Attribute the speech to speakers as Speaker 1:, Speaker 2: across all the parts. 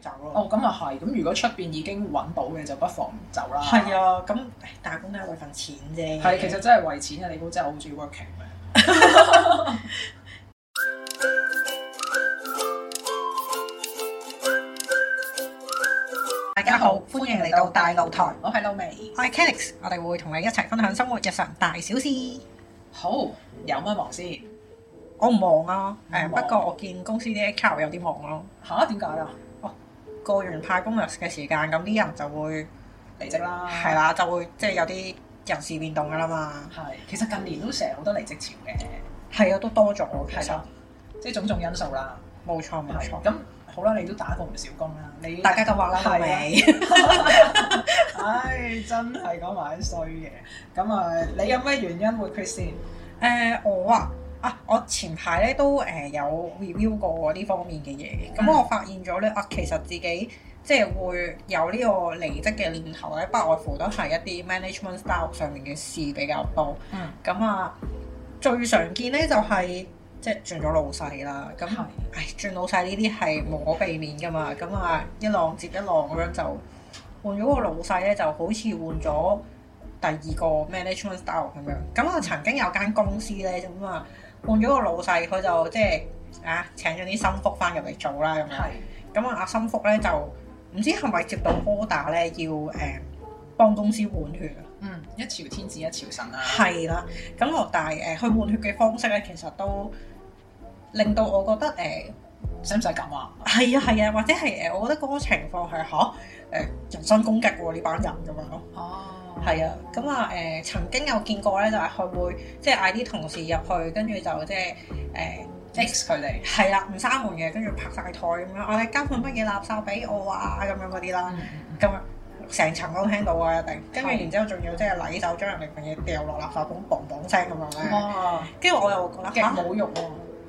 Speaker 1: 走咯。
Speaker 2: 哦，咁啊係，咁如果出邊已經揾到嘅就不妨走啦。
Speaker 1: 係啊，咁唉打工都係為份錢啫。
Speaker 2: 係，其實真係為錢啊！你估真係好中意 working 咩？
Speaker 1: 大家好，歡迎嚟到大露台，
Speaker 2: 我係老味。
Speaker 1: 我係 Kelix，我哋會同你一齊分享生活日常大小事。
Speaker 2: 好，有乜忙先？
Speaker 1: 我唔忙啊，誒
Speaker 2: 唔忙
Speaker 1: 不過我見公司啲 HR 有啲忙咯。
Speaker 2: 吓？點解啊？
Speaker 1: 過完派 bonus 嘅時間，咁啲人就會
Speaker 2: 離職啦。
Speaker 1: 係。啊啦，就會即係有啲人事變動噶啦嘛。
Speaker 2: 係，其實近年都成日好多離職潮嘅，
Speaker 1: 係啊，都多咗其
Speaker 2: 係
Speaker 1: 實
Speaker 2: 咯。，即係種種因素啦。
Speaker 1: 冇錯冇
Speaker 2: 係
Speaker 1: 錯，
Speaker 2: 咁好啦，你都打過唔少工啦，你
Speaker 1: 大家咁話啦，係啊咪？
Speaker 2: 係 唉，真係講埋衰嘢。咁啊，你有咩原因會 quit 先？
Speaker 1: 誒、我啊啊，我前排咧都誒、有 review 過呢方面嘅嘢嘅，咁、
Speaker 2: 嗯
Speaker 1: 我發現咗咧啊，其實自己即係會有呢個離職嘅念頭咧，不外乎都係一啲 management style 上面嘅事比較多。
Speaker 2: 嗯，
Speaker 1: 咁啊，最常見咧就係、即係轉咗老細啦，咁
Speaker 2: 係
Speaker 1: 唉轉老細呢啲係無可避免噶嘛，咁啊一浪接一浪咁樣就換咗個老細咧，就好似換咗第二個 management style 咁樣。咁我曾經有間公司咧咁啊換咗個老細，佢就即係啊請咗啲心腹翻入嚟做啦咁樣。
Speaker 2: 係
Speaker 1: 咁啊阿心腹咧就唔知係咪接到 order 咧要誒、幫公司換血啊？
Speaker 2: 嗯，一朝天子一朝臣啦。啊
Speaker 1: 係啦，咁我但係誒去換血嘅方式咧，其實都令到我覺得誒
Speaker 2: 使唔使咁啊？
Speaker 1: 係啊係啊，或者係誒，我覺得嗰個情況係嚇誒人身攻擊喎呢班人咁樣咯。
Speaker 2: 哦，
Speaker 1: 係啊，咁啊誒曾經有見過咧，就係佢會即係嗌啲同事入去，跟住就即係誒
Speaker 2: ex 佢哋。
Speaker 1: 係啦，唔閂門嘅，跟住拍晒台咁樣，我哋交份乜嘢垃圾俾我啊咁樣嗰啲啦，咁啊成層都聽到啊一定，跟住
Speaker 2: 係
Speaker 1: 然之後仲要即係攆手將人哋份嘢掉落垃圾桶，砰砰聲咁樣咧。
Speaker 2: 哇，
Speaker 1: 跟住我又覺得
Speaker 2: 極
Speaker 1: 嚇，
Speaker 2: 侮辱喎。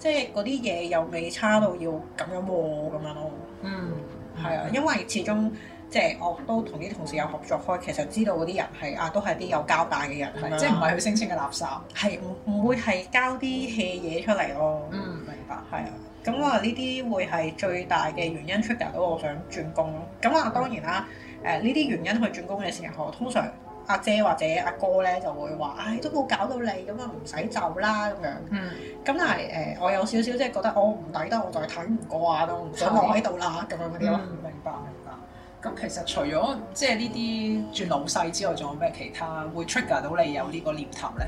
Speaker 1: 即係嗰啲嘢又未差到要咁樣喎，咁樣咯。
Speaker 2: 嗯，
Speaker 1: 係啊，因為始終即係我都同啲同事有合作開，其實知道嗰啲人係啊，都係啲有交代嘅人咁樣
Speaker 2: 係
Speaker 1: 啦，
Speaker 2: 即係唔係佢聲稱嘅垃圾。
Speaker 1: 係唔唔會係交啲 hea 嘢出嚟咯。
Speaker 2: 嗯，明白。
Speaker 1: 係啊，咁我話呢啲會係最大嘅原因 trigger 到我想轉工咯。咁啊當然啦，
Speaker 2: 嗯
Speaker 1: 誒呢啲原因去轉工嘅時候，通常阿姐或者阿哥咧就會話：唉、都冇搞到你，咁啊唔使走啦咁樣。
Speaker 2: 嗯，
Speaker 1: 咁但係誒、呃我有少少即係覺得我唔抵得，我就係睇唔過眼咯，我唔想留喺度啦咁樣嗰啲咯。
Speaker 2: 嗯，明白明白。咁其實除咗即係呢啲轉老細之外，仲有咩其他會 trigger 到你有呢個念頭咧？
Speaker 1: 誒、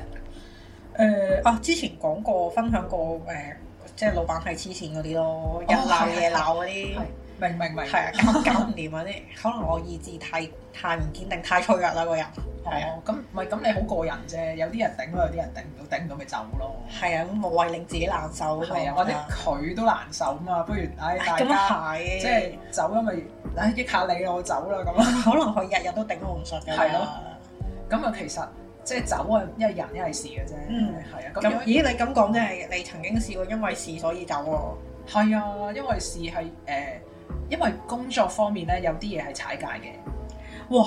Speaker 2: 嗯
Speaker 1: 啊，之前講過分享過誒、呃即係老闆係黐線嗰啲咯，
Speaker 2: 哦
Speaker 1: 日
Speaker 2: 啊
Speaker 1: 鬧夜鬧嗰啲，
Speaker 2: 明明明。
Speaker 1: 係啊，搞 搞唔掂啊啲，可能我意志太太唔堅定，太脆弱啦個人，係啊，
Speaker 2: 哦，咁唔係咁你好個人啫，有啲人頂到，有啲人頂唔到，頂唔到咪走咯。
Speaker 1: 係啊，咁無謂令自己難受啊嘛
Speaker 2: 係啊，或者佢都難受啊嘛，不如唉大
Speaker 1: 咁
Speaker 2: 家
Speaker 1: 啊係，
Speaker 2: 即
Speaker 1: 即係
Speaker 2: 係走啦，咪唉益下你我走啦咁啊。
Speaker 1: 可能佢日日都頂我唔順㗎
Speaker 2: 係
Speaker 1: 咯
Speaker 2: 咯。咁啊，其實即係走啊，一係人一係事嘅啫。
Speaker 1: 嗯
Speaker 2: 係啊，咁
Speaker 1: 咁
Speaker 2: 樣
Speaker 1: 咦，你咁講即係你曾經試過因為事所以走喎？
Speaker 2: 係啊，因為事係誒，因為工作方面咧有啲嘢係踩界嘅。
Speaker 1: 哇！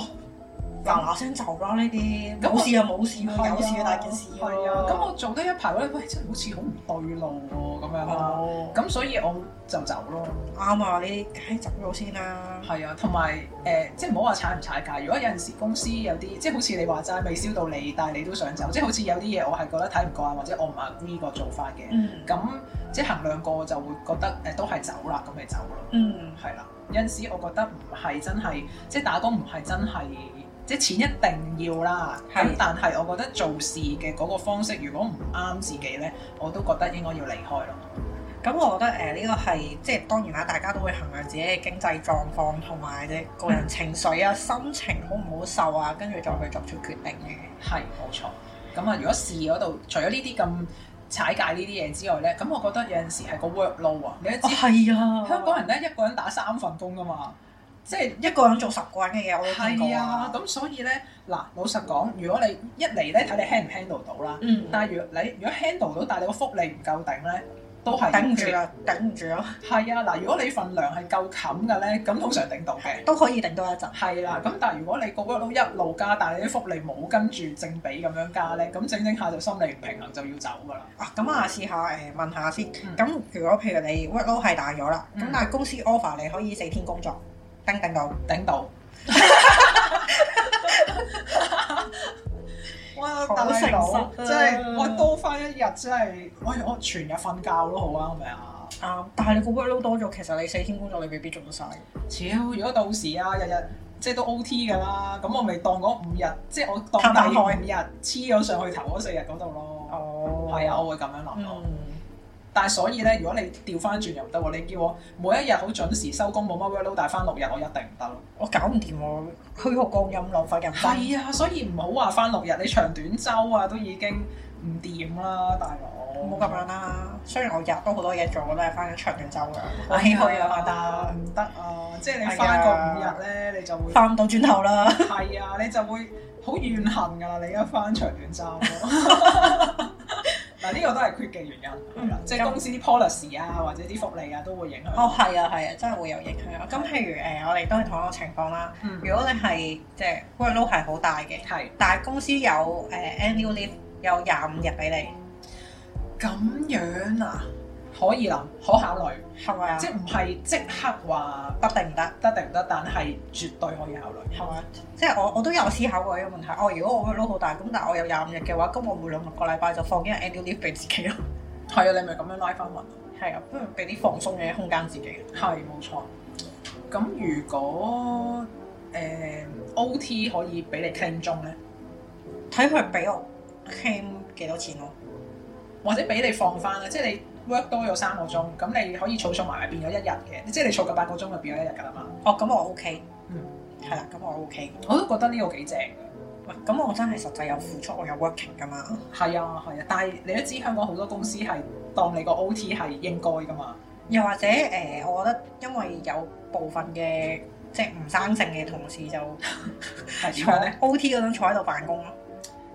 Speaker 1: 嗱嗱聲走啦呢啲，
Speaker 2: 咁
Speaker 1: 冇事啊冇事
Speaker 2: 係
Speaker 1: 喎，
Speaker 2: 啊
Speaker 1: 有事啊大件事喎。
Speaker 2: 係啊，咁我做得一排，我覺得喂，真係好似好唔對路喎咁樣啦。
Speaker 1: 哦
Speaker 2: 咁所以我就走咯。
Speaker 1: 啱啊，你梗係走咗先啦。
Speaker 2: 係啊，同埋誒，即係唔好話踩唔踩界。如果有陣時公司有啲，即係好似你話齋未燒到你，但係你都想走，即係好似有啲嘢我係覺得睇唔過眼，或者我唔 agree 個做法嘅。
Speaker 1: 嗯
Speaker 2: 咁即係衡量過就會覺得誒、呃都係走啦，咁咪走咯。
Speaker 1: 嗯，
Speaker 2: 係啦，有陣時我覺得唔係真係，即係打工唔係真係，即係錢一定要啦。
Speaker 1: 係
Speaker 2: 咁但係我覺得做事嘅嗰個方式，如果唔啱自己咧，我都覺得應該要離開咯。
Speaker 1: 咁我覺得誒呢個係即係當然啦，大家都會衡量自己嘅經濟狀況同埋即係個人情緒啊、心情好唔好受啊，跟住再去作出決定嘅。
Speaker 2: 係冇錯。咁啊，如果事嗰度除咗呢啲咁踩界呢啲嘢之外咧，咁我覺得有陣時係個 workload 啊，你都知
Speaker 1: 係啊
Speaker 2: 香港人咧一個人打三份工噶嘛，即係。
Speaker 1: 一個人做十個人嘅哦嘢，我都見過
Speaker 2: 係啊，咁所以咧，嗱，老實講，如果你一嚟咧睇你 handle 唔 handle 到啦，
Speaker 1: 嗯，
Speaker 2: 但係如果你如果 handle 到，但係你個福利唔夠頂咧，都係
Speaker 1: 頂唔住啊，頂唔住啊，
Speaker 2: 係啊，嗱，如果你份糧係夠冚嘅咧，咁通常頂到嘅。
Speaker 1: 都可以頂多一集。
Speaker 2: 係啦，咁但係如果你個 w o r 一路加，但係你啲福利冇跟住正比咁樣加咧，咁整整下就心理唔平衡就要走㗎啦。
Speaker 1: 啊，咁啊試下誒問下先。
Speaker 2: 嗯
Speaker 1: 咁、如果譬如你 workload 係大咗啦，咁、
Speaker 2: 嗯
Speaker 1: 但係公司 offer 你可以四天工作，頂頂到。
Speaker 2: 頂到， 哇！
Speaker 1: 好
Speaker 2: 大
Speaker 1: 誠實
Speaker 2: 佬
Speaker 1: 啊，
Speaker 2: 真係我多翻一日，真係，喂，我全日瞓覺都好啊，係咪啊？
Speaker 1: 啊，但係你個 workload 多咗，其實你四天工作你未必做得晒。
Speaker 2: 超！如果到時啊，日日即係都 O T 㗎啦，咁我咪當嗰五日，即係我
Speaker 1: 攤開
Speaker 2: 當第五日黐咗上去頭嗰四日嗰度咯。
Speaker 1: 哦
Speaker 2: 係啊，我會咁樣諗咯。
Speaker 1: 嗯，
Speaker 2: 但係所以咧，如果你調翻轉又唔得喎，你叫我每一日好準時收工，冇乜 workload，但係翻六日我一定唔得咯。
Speaker 1: 我搞唔掂喎，虛耗光陰，浪費人生。
Speaker 2: 係啊，所以唔好話翻六日，你長短週啊都已經唔掂啦，大佬。
Speaker 1: 唔好咁樣啦，雖然我日日都好多嘢做，我都係翻緊長遠週
Speaker 2: 我
Speaker 1: 㗎，唏
Speaker 2: 唏噓
Speaker 1: 噓
Speaker 2: 啊，
Speaker 1: 啊，
Speaker 2: 發
Speaker 1: 覺
Speaker 2: 達
Speaker 1: 得
Speaker 2: 唔得啊！即係你
Speaker 1: 係啊
Speaker 2: 翻個五日咧，你就會
Speaker 1: 翻唔到轉頭啦。
Speaker 2: 係啊，你就會好怨恨㗎啦！你而家翻長短衫咯，嗱呢個都係缺嘅原因，係啦
Speaker 1: 嗯
Speaker 2: 即係公司啲 policy 啊，或者啲福利啊都會影響。
Speaker 1: 哦，係啊，係啊，真係會有影響啊。咁譬如誒、我哋都係同一個情況啦。
Speaker 2: 嗯，
Speaker 1: 如果你係即係 workload 係好大嘅，
Speaker 2: 係
Speaker 1: 但係公司有誒、annual leave 有廿五日俾
Speaker 2: 咁樣啊，可以諗，可考慮，
Speaker 1: 你，係咪啊？
Speaker 2: 即
Speaker 1: 即
Speaker 2: 係唔係即刻話
Speaker 1: 得定唔得？
Speaker 2: 得定唔得，但係絕對可以考慮。
Speaker 1: 係嘛？即係我我都有思考過呢個問題。哦，如果我 workload 好大，咁但係我有廿五日嘅話，咁我每兩個禮拜就放一日 annual leave 俾自己咯。
Speaker 2: 係啊，你咪咁樣拉翻雲。
Speaker 1: 係啊，不如俾啲放鬆嘅空間自己。
Speaker 2: 係冇錯。咁如果誒、OT 可以俾你 claim 中咧，
Speaker 1: 睇佢俾我 claim 幾多錢咯。
Speaker 2: 或者俾你放翻咧，即係你 work 多咗三個鐘，咁你可以儲儲埋埋變咗一日嘅，即係你儲夠八個鐘就變咗一日㗎啦嘛。
Speaker 1: 哦，咁我 OK。
Speaker 2: 嗯。
Speaker 1: 係啦，咁我 OK。
Speaker 2: 我都覺得呢個幾正㗎。
Speaker 1: 喂，咁我真係實際有付出，我有 working 噶嘛。
Speaker 2: 係啊，係啊，但係你都知香港好多公司係當你個 OT 係應該㗎嘛。
Speaker 1: 又或者誒、呃我覺得因為有部分嘅即係唔生性嘅同事就
Speaker 2: 係點
Speaker 1: 坐
Speaker 2: 樣咧？
Speaker 1: OT 嗰陣坐喺度辦公咯。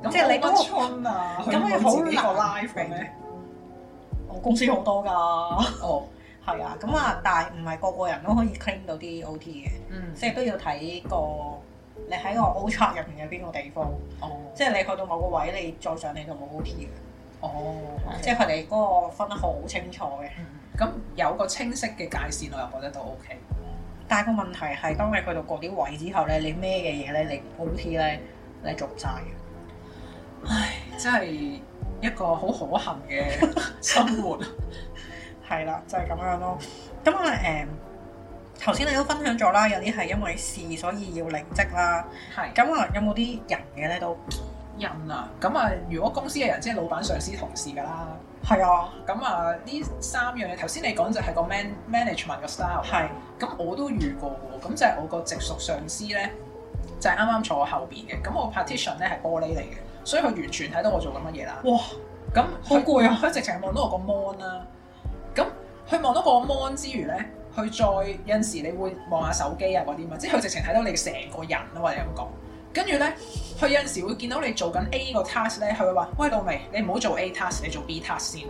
Speaker 2: 咁
Speaker 1: 即係你嗰
Speaker 2: 冇
Speaker 1: 個
Speaker 2: 乜春啊，
Speaker 1: 咁你
Speaker 2: 佢
Speaker 1: 好
Speaker 2: 冇自己個
Speaker 1: 難
Speaker 2: life 嘅咩？
Speaker 1: 我公司好多㗎。
Speaker 2: 哦，
Speaker 1: 係啊，咁啊，但係唔係個個人都可以 claim 到啲 OT 嘅，
Speaker 2: 嗯，
Speaker 1: 即係都要睇個你喺個 O chart 入面有邊個地方，
Speaker 2: 哦，
Speaker 1: 即係你去到某個位，你再上你就冇 OT 嘅，
Speaker 2: 哦，
Speaker 1: 即係佢哋嗰個分得好清楚嘅。
Speaker 2: 嗯咁有個清晰嘅界線，我又覺得都 OK。
Speaker 1: 但係個問題係，當你去到嗰啲位之後咧，你咩嘅嘢咧，你 OT 咧，你做唔晒嘅。
Speaker 2: 唉，真係一個好可恨嘅生 活。
Speaker 1: 係啦，就係、咁樣咯。咁啊誒，頭先你都分享咗啦，有啲係因為事所以要離職啦。
Speaker 2: 係
Speaker 1: 咁啊，有冇啲人嘅咧都
Speaker 2: 人啊，咁啊，如果公司嘅人即係老闆、上司、同事㗎啦，
Speaker 1: 係啊，
Speaker 2: 咁啊呢三樣嘢，頭先你講就係個 man management 嘅 style。
Speaker 1: 係
Speaker 2: 咁我都遇過喎，咁就係我個直屬上司咧，就係啱啱坐我後邊嘅，咁我 partition 咧係玻璃嚟嘅，所以佢完全睇到我做緊乜嘢啦。
Speaker 1: 哇，
Speaker 2: 咁
Speaker 1: 好攰啊！
Speaker 2: 佢直情望到我個 mon 啦。咁佢望到個 mon 之餘咧，佢再有陣時你會望下手機啊嗰啲嘛，即係佢直情睇到你成個人啊，或者咁講。跟住咧，佢有陣時會見到你做緊 A 個 task 咧，佢會話：喂，老味，你唔好做 A task，你做 B task 先。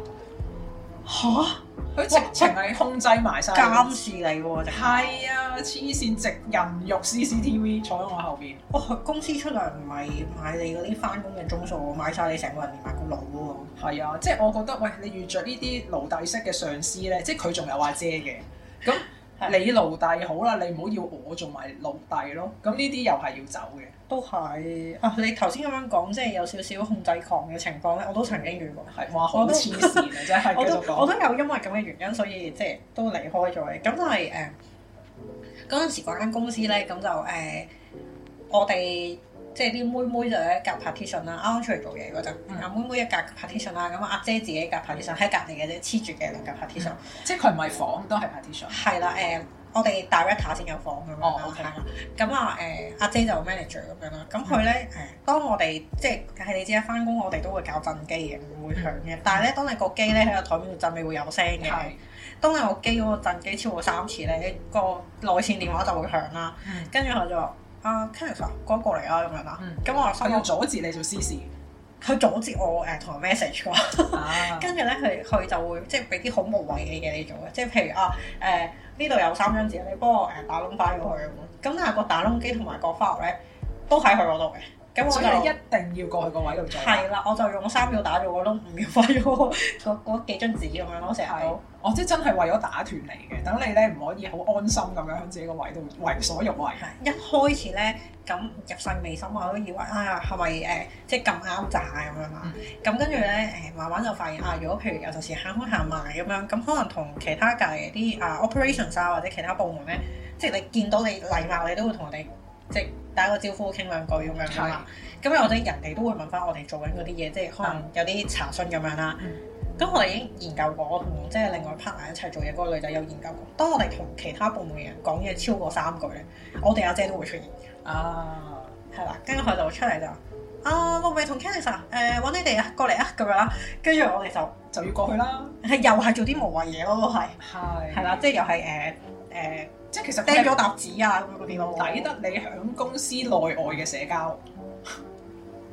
Speaker 1: 嚇
Speaker 2: 佢直情係控制埋晒。
Speaker 1: 監視你喎，直頭
Speaker 2: 係啊，黐線直人肉 CCTV 坐喺我後邊。
Speaker 1: 哇！哦佢公司出糧唔係買你嗰啲翻工嘅鐘數喎，買晒你成個人連埋個腦喎。
Speaker 2: 係啊，即係我覺得，喂，你遇着呢啲奴隸式嘅上司咧，即係佢仲有阿姐嘅，咁
Speaker 1: 係
Speaker 2: 你奴隸好啦，你唔好要我做埋奴隸咯。咁呢啲又係要走嘅。
Speaker 1: 都係啊！你頭先咁樣講，即係有少少控制狂嘅情況咧，我都曾經遇過。
Speaker 2: 係哇，好
Speaker 1: 我都
Speaker 2: 黐線啊！真 係
Speaker 1: 我
Speaker 2: 繼
Speaker 1: 都
Speaker 2: 續
Speaker 1: 我
Speaker 2: 講。
Speaker 1: 都有因為咁嘅原因，所以即係都離開咗嘅。咁但係誒嗰陣時嗰間公司咧，咁就誒、呃我哋即係啲妹妹就一隔 partition 啦，啱啱出嚟做嘢嗰陣，
Speaker 2: 嗯
Speaker 1: 啊、妹妹一隔 partition 啦，咁啊阿姐自己一隔 partition 喺隔離嘅啫，黐住嘅兩隔 partition。
Speaker 2: 即係佢唔係房，都係 partition。
Speaker 1: 係啦，誒、我哋 director 先有房咁樣
Speaker 2: 哦
Speaker 1: 啦，
Speaker 2: ，OK
Speaker 1: 係啦。咁啊誒，阿姐就 manager 咁樣啦。咁佢咧
Speaker 2: 嗯
Speaker 1: 誒，當我哋即係係你知啦，翻工我哋都會校震機嘅，唔會響嘅。但係咧，當你個機咧喺個台面度震，你會有聲嘅。
Speaker 2: 係。
Speaker 1: 當你個機嗰個震機超過三次咧，個內線電話就會響啦。
Speaker 2: 嗯
Speaker 1: 跟住佢就話：啊 k e n n e t h 過嚟啊咁樣啦
Speaker 2: 嗯。
Speaker 1: 咁我
Speaker 2: 佢
Speaker 1: 心
Speaker 2: 要
Speaker 1: 諗
Speaker 2: 阻截你做私事。
Speaker 1: 佢阻止我誒同人 message 㗎。
Speaker 2: 啊
Speaker 1: 跟住咧，佢佢就會即係俾啲好無謂嘅嘢你做嘅，即係譬如啊誒呢度有三張紙，你幫我誒打窿翻咗佢咁。咁但係個打窿機同埋個花咧都喺佢嗰度嘅，咁我
Speaker 2: 所以你
Speaker 1: 就
Speaker 2: 一定要過去個位度做。
Speaker 1: 係啦，我就用三秒打咗個窿，五秒翻咗嗰嗰幾張紙咁樣咯，成日
Speaker 2: 係
Speaker 1: 都。
Speaker 2: 我即係真係為咗打斷你嘅，等你咧唔可以好安心咁樣喺自己個位度為所欲為。
Speaker 1: 係一開始咧，咁入世未深，我都以為啊，係咪誒即係咁啱咋咁樣啦
Speaker 2: 嗯？
Speaker 1: 咁跟住咧誒，慢慢就發現啊，如果譬如有陣時行開行埋咁樣，咁可能同其他界嘅啲啊 operations 啊或者其他部門咧，即係你見到你禮貌，你都會同人哋即係打個招呼傾兩句咁樣噶
Speaker 2: 係
Speaker 1: 嘛。咁又或者人哋都會問翻我哋做緊嗰啲嘢，即係可能有啲查詢咁樣啦
Speaker 2: 嗯。
Speaker 1: 咁我哋已經研究過，我同即係另外 partner 一齊做嘢嗰個女仔有研究過。當我哋同其他部門嘅人講嘢超過三句咧，我哋阿姐都會出現，
Speaker 2: 啊，
Speaker 1: 係啦。跟住佢就出嚟就話啊，我咪同 Candice 啊，誒揾你哋啊，過嚟啊咁樣啦。跟住我哋就
Speaker 2: 就要過去啦。
Speaker 1: 係又係做啲無謂嘢咯，都係
Speaker 2: 係
Speaker 1: 係
Speaker 2: 係啦，
Speaker 1: 啦，即係又係誒誒
Speaker 2: 即係其實佢
Speaker 1: 釘
Speaker 2: 係
Speaker 1: 咗沓紙啊咁樣嗰啲咯。
Speaker 2: 抵得你喺公司內外嘅社交，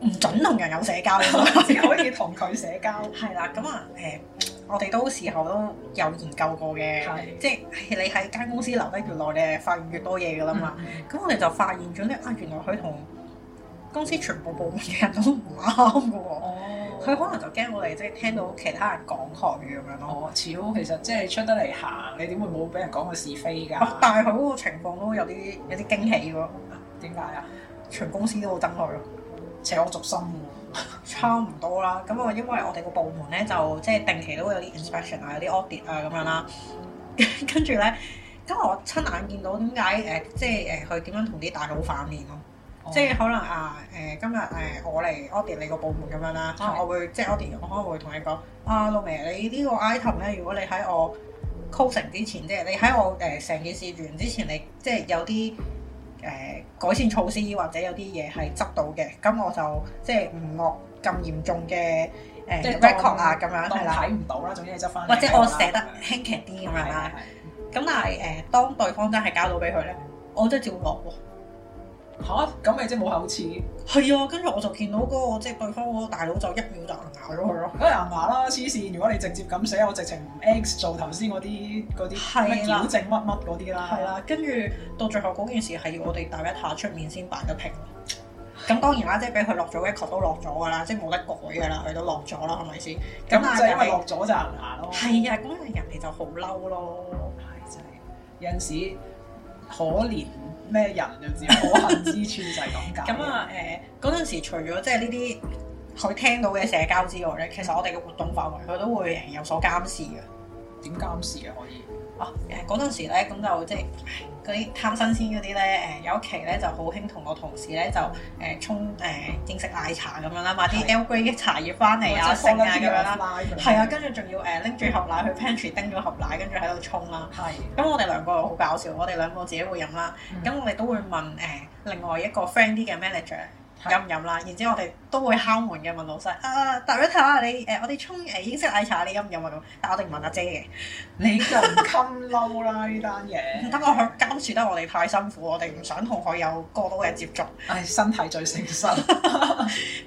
Speaker 1: 唔準同人有社交咁樣。
Speaker 2: 只可以同佢社交。
Speaker 1: 係啦，咁啊誒，我哋都時候都有研究過嘅，
Speaker 2: 係
Speaker 1: 即 係你喺間公司留得越耐咧，發現越多嘢噶啦嘛。
Speaker 2: 嗯
Speaker 1: 咁、我哋就發現咗咧，啊原來佢同公司全部部門嘅人都唔啱噶喎。
Speaker 2: 哦，
Speaker 1: 嗯佢可能就驚我哋即係聽到其他人講佢咁樣咯。
Speaker 2: 哦，超其實即係出得嚟行，你點會冇俾人講過是非
Speaker 1: 哇
Speaker 2: 㗎？
Speaker 1: 但係佢嗰個情況都有啲有啲驚喜喎，
Speaker 2: 點解啊？
Speaker 1: 全公司都好憎佢咯。
Speaker 2: 邪惡逐心喎。
Speaker 1: 差唔多啦，咁啊，因為我哋個部門咧就即係定期都會有啲 inspection 啊、有啲 audit 啊咁樣啦。跟住咧，咁我親眼見到點解誒，即係誒佢點樣同啲大佬反面咯？
Speaker 2: 哦
Speaker 1: 即係可能啊誒、今日誒、我嚟 audit 你個部門咁樣啦，可能
Speaker 2: 係
Speaker 1: 我會即係 audit，我可能會同你講啊，露媚，你呢個 item 咧，如果你喺我 closing 之前，即係你喺我誒成、件事完之前，你即係有啲。誒、改善措施或者有啲嘢係執到嘅，咁我就即係唔落咁嚴重嘅
Speaker 2: 即
Speaker 1: 誒
Speaker 2: 係
Speaker 1: record 啊咁樣
Speaker 2: 當
Speaker 1: 係啦，
Speaker 2: 睇唔到啦，總之你執翻。
Speaker 1: 或者我寫得
Speaker 2: 係
Speaker 1: 輕騎啲咁樣
Speaker 2: 係
Speaker 1: 啦。咁但係誒、當對方真係交到俾佢咧，我真係照落喎。
Speaker 2: 係嚇，咁咪即係冇口齒，
Speaker 1: 係啊，跟住我就見到嗰、個即係對方嗰個大佬就一秒就咬咗佢咯。
Speaker 2: 梗係牙牙啦，黐線！如果你直接咁寫，我直情唔 X 做頭先嗰啲嗰啲咩
Speaker 1: 係啦
Speaker 2: 矯正乜乜嗰啲啦。
Speaker 1: 係啦，跟住到最後嗰件事係要我哋大一下出面先擺得平。咁當然啦，即係俾佢落咗 record 都落咗㗎啦，即係冇得改㗎啦，佢都落咗啦，係咪先？咁但
Speaker 2: 咁就
Speaker 1: 係人
Speaker 2: 因為
Speaker 1: 哋
Speaker 2: 落咗就牙牙咯。
Speaker 1: 係啊，咁人哋就好嬲咯。
Speaker 2: 唉真係有陣時可憐咩人就知，可恨之處就係咁解。
Speaker 1: 咁，啊誒，嗰陣時除咗即係呢啲佢聽到嘅社交之外咧，其實我哋嘅活動範圍佢都會誒有所監視嘅。
Speaker 2: 點監視啊？可以
Speaker 1: 啊誒嗰陣時咧，咁就即係唉嗰啲貪新鮮嗰啲咧，誒有一期咧就好興同個同事咧就誒沖誒英式奶茶咁樣啦，買啲
Speaker 2: 係哦
Speaker 1: L Grade 嘅茶葉翻嚟啊，
Speaker 2: 或者
Speaker 1: 剩
Speaker 2: 放
Speaker 1: 啊
Speaker 2: 緊
Speaker 1: 咁樣啦，
Speaker 2: 啲 offline 咁樣
Speaker 1: 係啊，跟住仲要誒拎住盒奶去 pantry 叮咗盒奶，跟住喺度沖啦。
Speaker 2: 係
Speaker 1: 咁我哋兩個好搞笑，我哋兩個自己會飲啦，
Speaker 2: 嗯
Speaker 1: 咁、我哋都會問誒、另外一個 friend 啲嘅 manager。
Speaker 2: 係
Speaker 1: 飲唔飲啦？然之後我哋都會敲門嘅問老細啊，大家睇下你誒、我哋沖誒英式奶茶，你飲唔飲啊？咁，但我哋唔問阿姐嘅。
Speaker 2: 你就唔襟嬲啦呢單嘢
Speaker 1: 唔。得我佢監視得我哋太辛苦，我哋唔想同佢有過多嘅接觸。
Speaker 2: 唉，身體最 誠實。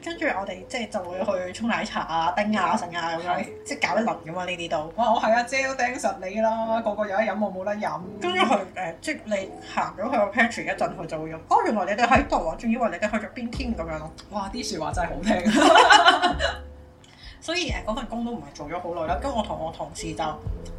Speaker 1: 跟住我哋即係就會去沖奶茶啊、叮啊、剩啊咁樣，即係搞一輪咁嘛呢啲都。
Speaker 2: 哇！我係阿姐都盯實你啦，個個有得飲，我冇得飲。
Speaker 1: 跟住佢誒，即係你行咗去個 pantry 一陣，佢就會用。哦，原來你哋喺度啊，仲以為你哋去咗邊添咁樣咯。
Speaker 2: 哇！啲説話真係好聽。
Speaker 1: 所以誒，嗰份工都唔係做咗好耐啦。跟住我同我同事就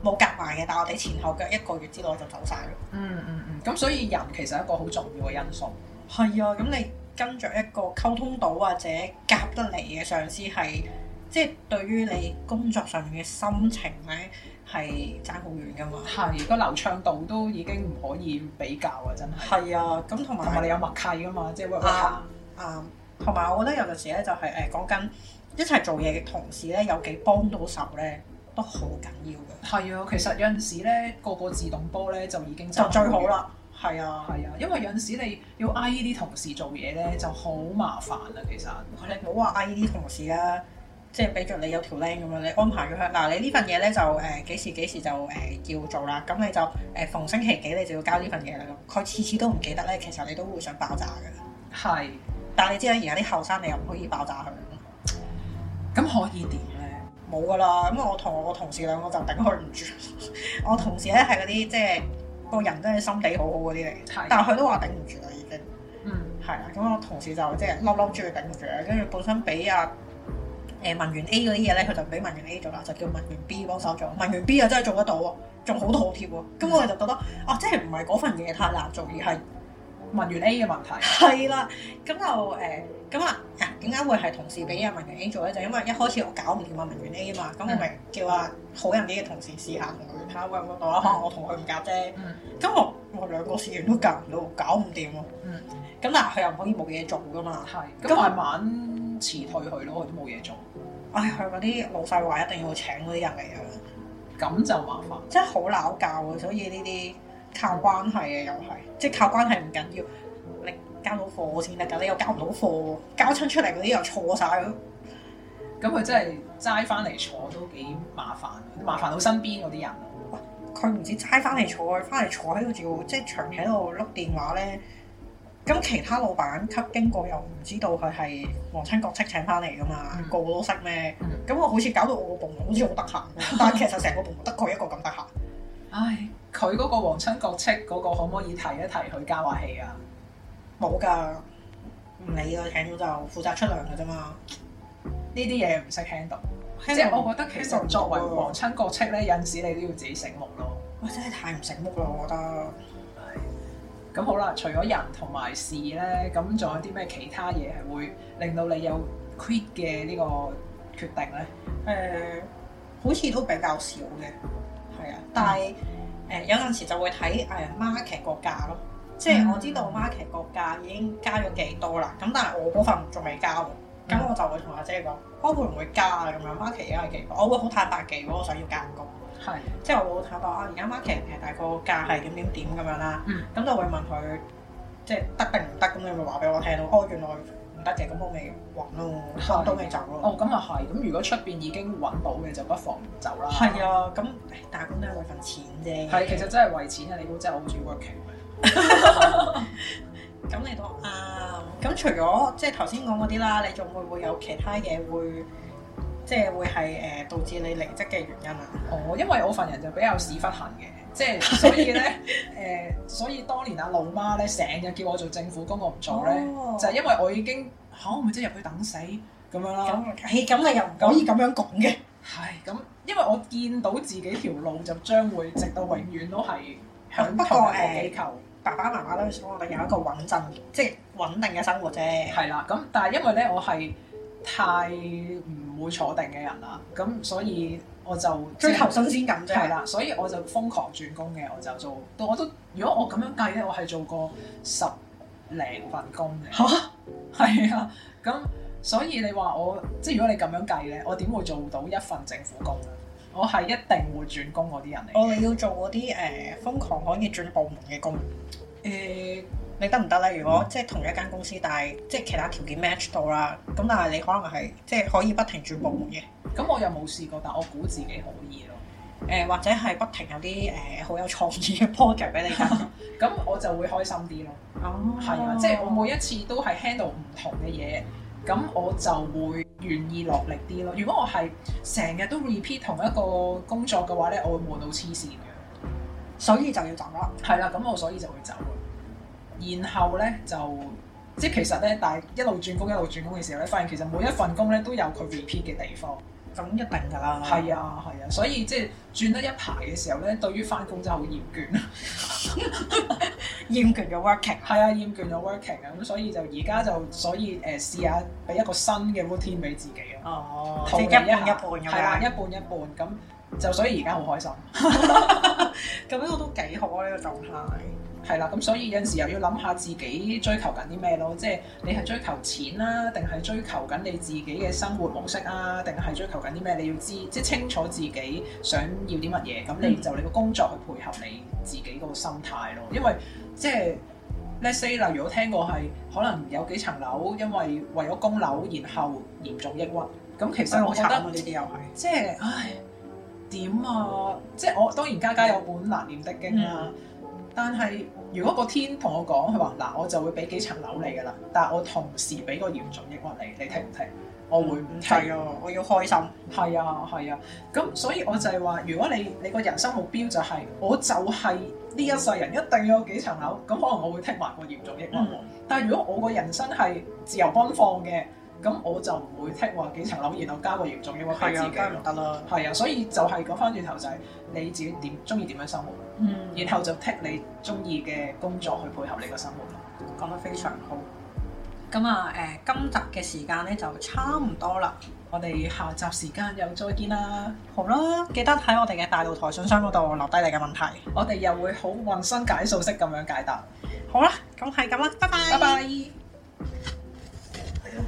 Speaker 1: 冇夾埋嘅，但係我哋前後腳一個月之內就走晒啦。
Speaker 2: 嗯嗯嗯。咁所以人其實係一個好重要嘅因素。
Speaker 1: 係啊，咁你跟着一個溝通到或者夾得嚟嘅上司係，即係對於你工作上面嘅心情咧係爭好遠噶嘛。
Speaker 2: 係個流暢度都已經唔可以比較啊！真係。
Speaker 1: 係啊，咁同
Speaker 2: 同埋
Speaker 1: 埋
Speaker 2: 你有默契噶嘛，即係 work
Speaker 1: 啊啊，同埋我覺得有陣時咧就係誒講緊一齊做嘢嘅同事咧有幾幫到手咧都好緊要嘅，
Speaker 2: 係啊，其實有陣時咧，個個自動波咧就已經
Speaker 1: 就最好。啦。係啊，
Speaker 2: 係啊，因為有陣時你要嗌呢啲同事做嘢咧，就好麻煩啦。其實
Speaker 1: 我哋唔好話嗌呢啲同事啦。即係俾着你有條 link 咁樣，你安排咗佢嗱，你呢份嘢咧就誒幾、時幾時就誒、要做啦，咁你就誒、逢星期幾你就要交呢份嘢啦咁。佢次次都唔記得咧，其實你都會想爆炸嘅。
Speaker 2: 係
Speaker 1: 但係你知啦，而家啲後生你又唔可以爆炸佢，
Speaker 2: 咁可以點咧？
Speaker 1: 冇噶啦，咁我同我同事兩個就頂佢唔住。我同事咧係嗰啲即係個人真係心地好好嗰啲嚟，
Speaker 2: 係，
Speaker 1: 但係佢都話頂唔住啦已經。
Speaker 2: 嗯，
Speaker 1: 係啦，咁我同事就即係嬲嬲住佢頂唔住啦，跟住本身俾阿誒文員 A 嗰啲嘢咧，佢就唔俾文員 A 做啦，就叫文員 B 幫手做。文員 B 又真係做得到喎，仲好妥貼喎。
Speaker 2: 嗯
Speaker 1: 咁我哋就覺得啊，即係唔係嗰份嘢太難做，而係
Speaker 2: 問完 A 嘅問題，
Speaker 1: 係啦，咁就誒咁啊，啊點解會係同事俾阿啊文員 A 做咧？就因為一開始我搞唔掂阿文員 A 啊嘛，咁我
Speaker 2: 嗯
Speaker 1: 咪叫阿好人啲嘅同事試下同佢睇下 work 唔 work 到啦。可能我同佢唔夾啫，
Speaker 2: 嗯
Speaker 1: 咁我我兩個試完都夾唔到，搞唔掂喎。
Speaker 2: 嗯，
Speaker 1: 咁但係佢又唔可以冇嘢做噶嘛。
Speaker 2: 係，
Speaker 1: 咁
Speaker 2: 咁慢慢辭退佢咯，佢都冇嘢做，
Speaker 1: 唉，佢嗰啲老細話一定要請嗰啲人嚟啊，
Speaker 2: 咁就麻煩。
Speaker 1: 真係好鬧教啊！所以呢啲靠關係嘅又係，即係靠關係唔緊要，你交到貨先得㗎，你又交唔到貨，交親出嚟嗰啲又錯晒咯。
Speaker 2: 咁佢真係齋翻嚟坐都幾麻煩，麻煩到身邊嗰啲人。
Speaker 1: 佢唔止齋翻嚟坐，佢翻嚟坐喺度仲要即係長期喺度碌電話咧。咁其他老闆級經過又唔知道佢係皇親國戚請翻嚟噶嘛，
Speaker 2: 嗯
Speaker 1: 個個都識咩
Speaker 2: 嗯？
Speaker 1: 咁我好似搞到我個部門好似好得 閒咁，但係其實成個部門得佢一個咁得閒。
Speaker 2: 唉，佢嗰個皇親國戚嗰個可唔可以提一提佢加話氣啊？
Speaker 1: 冇噶，唔理㗎，請到就負責出糧㗎啫嘛。
Speaker 2: 呢啲嘢唔識 handle，
Speaker 1: 即
Speaker 2: 即係我覺得其實作為皇親國戚咧，有陣時你都要自己醒目咯。
Speaker 1: 哇真係太唔醒目啦，我覺得。
Speaker 2: 咁好啦，除咗人同埋事咧，咁仲有啲咩其他嘢係會令到你有 quit 嘅呢個決定咧？
Speaker 1: 誒、好似都比較少嘅，係
Speaker 2: 嗯
Speaker 1: 啊，但係誒、有陣時就會睇誒 market 個價咯，即係
Speaker 2: 嗯
Speaker 1: 我知道 market 個價已經加咗幾多啦，咁但係我嗰份仲未交喎，咁、
Speaker 2: 嗯
Speaker 1: 我就會同阿姐講，我會唔會加啊咁樣？market 而家係幾多？我會好坦白嘅，如果我想要加唔高。
Speaker 2: 係，
Speaker 1: 即係我老太婆啊，而家 market 其實大個價係點點點咁樣啦，
Speaker 2: 嗯
Speaker 1: 咁、就會問佢即係得定唔得咁，你咪話俾我聽咯。哦，原來唔得嘅，咁我咪揾咯，揾到咪走咯。
Speaker 2: 哦，咁啊係，咁如果出邊已經揾到嘅，就不妨唔走啦。
Speaker 1: 係、啊，咁唉打工都係為份錢啫。
Speaker 2: 係，其實真係為錢啊！你估真係好中意 working 嘅。
Speaker 1: 咁你都啱。咁除咗即係頭先講嗰啲啦，你仲會唔會有其他嘢會即係會係誒、呃、導致你離職嘅原因啊？
Speaker 2: 哦，因為我份人就比較屎忽痕嘅，即 係所以咧，誒、所以當年阿老媽咧成日叫我做政府工，我唔做咧，
Speaker 1: 哦
Speaker 2: 就係因為我已經嚇、我咪即係入去等死咁樣啦。
Speaker 1: 咁誒咁你又唔可以咁
Speaker 2: 哦
Speaker 1: 樣講嘅。
Speaker 2: 係咁，因為我見到自己條路就將會直到永遠都係響
Speaker 1: 不過
Speaker 2: 同一
Speaker 1: 誒
Speaker 2: 個機構。
Speaker 1: 爸爸媽媽都想我哋有一個穩陣，即係穩定嘅生活啫。
Speaker 2: 係啦，咁但係因為咧，我係太唔會坐定嘅人啦，咁所以我就
Speaker 1: 追求新鮮感啫。
Speaker 2: 係啦，所以我就瘋狂轉工嘅，我就做到我都，如果我咁樣計咧，我係做過十零份工嘅。
Speaker 1: 嚇
Speaker 2: 係啊，咁所以你話我，即係如果你咁樣計咧，我點會做到一份政府工咧？我係一定會轉工嗰啲人嚟
Speaker 1: 我
Speaker 2: 嘅。
Speaker 1: 哋要做嗰啲誒瘋狂可以轉部門嘅工，
Speaker 2: 誒
Speaker 1: 你得唔得咧？如果即係同一間公司，但係即係其他條件 match 到啦，咁但係你可能係即係可以不停轉部門嘅，
Speaker 2: 咁、我又冇試過，但我估自己可以咯。
Speaker 1: 誒、或者係不停有啲誒好有創意嘅 project 俾你 㗎。
Speaker 2: 咁我就會開心啲咯。
Speaker 1: 哦
Speaker 2: 係啊，即係我每一次都係 handle 唔同嘅嘢，咁我就會願意落力啲咯。如果我係成日都 repeat 同一個工作嘅話咧，我會悶到黐線嘅。
Speaker 1: 所以就要走啦。
Speaker 2: 係啦，咁我所以就會走啦。然後咧就即係其實咧，但係一路轉工一路轉工嘅時候咧，發現其實每一份工咧都有佢 repeat 嘅地方。
Speaker 1: 咁一定㗎啦。
Speaker 2: 係啊，係啊，所以即係轉得一排嘅時候咧，對於翻工真係好厭倦。
Speaker 1: 厭倦嘅 working。
Speaker 2: 係啊，厭倦咗 working 啊，咁所以就而家就所以誒、呃試下俾一個新嘅 routine 俾自己啊。
Speaker 1: 哦
Speaker 2: 逃
Speaker 1: 即係
Speaker 2: 離
Speaker 1: 一半
Speaker 2: 下
Speaker 1: 一半咁
Speaker 2: 係啦，一
Speaker 1: 樣。
Speaker 2: 半一半咁就所以而家好開心，
Speaker 1: 咁呢個都幾好啊！呢、個狀態。
Speaker 2: 係啦，咁所以有陣時又要諗下自己追求緊啲咩咯，即係你係追求錢啦，定係追求緊你自己嘅生活模式啊，定係追求緊啲咩？你要知即係清楚自己想要啲乜嘢，咁你
Speaker 1: 嗯
Speaker 2: 就你個工作去配合你自己嗰個心態咯，因為即係。Let's say，例如我聽過係可能有幾層樓，因為為咗供樓，然後嚴重抑鬱。咁其
Speaker 1: 真係
Speaker 2: 實
Speaker 1: 好
Speaker 2: 我覺
Speaker 1: 慘
Speaker 2: 得
Speaker 1: 啊！呢啲又係。
Speaker 2: 即係唉
Speaker 1: 嗯
Speaker 2: 點啊！即係我當然家家有本難念的經啦，但係如果個天同我講，佢話嗱，我就會俾幾層樓你㗎啦，但係我同時俾個嚴重抑鬱你，你聽唔聽？我會唔
Speaker 1: 唔
Speaker 2: 聽。
Speaker 1: 係啊，我要開心。
Speaker 2: 係啊，係啊，咁所以我就係話，如果你你個人生目標就係、我就係呢一世人一定要有幾層樓，咁可能我會剔埋個嚴重抑鬱喎。
Speaker 1: 嗯
Speaker 2: 但係如果我個人生係自由奔放嘅，咁我就唔會剔話幾層樓，然後加個嚴重抑鬱俾
Speaker 1: 係
Speaker 2: 自
Speaker 1: 啊，
Speaker 2: 己
Speaker 1: 梗係唔
Speaker 2: 咯。
Speaker 1: 得啦。
Speaker 2: 係啊，所以就係講翻轉頭就係、你自己點中意點樣生活，
Speaker 1: 嗯，
Speaker 2: 然後就剔你中意嘅工作去配合你個生活咯。
Speaker 1: 講得非常好。咁啊，誒、今集嘅時間咧就差唔多啦。
Speaker 2: 我哋下集時間又再見啦，
Speaker 1: 好啦，記得喺我哋嘅大露台信箱嗰度留低你嘅問題。
Speaker 2: 我哋又會好渾身解數式咁樣解答。
Speaker 1: 好啦，咁係咁啦，拜拜。
Speaker 2: 拜拜。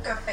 Speaker 1: 腳臂。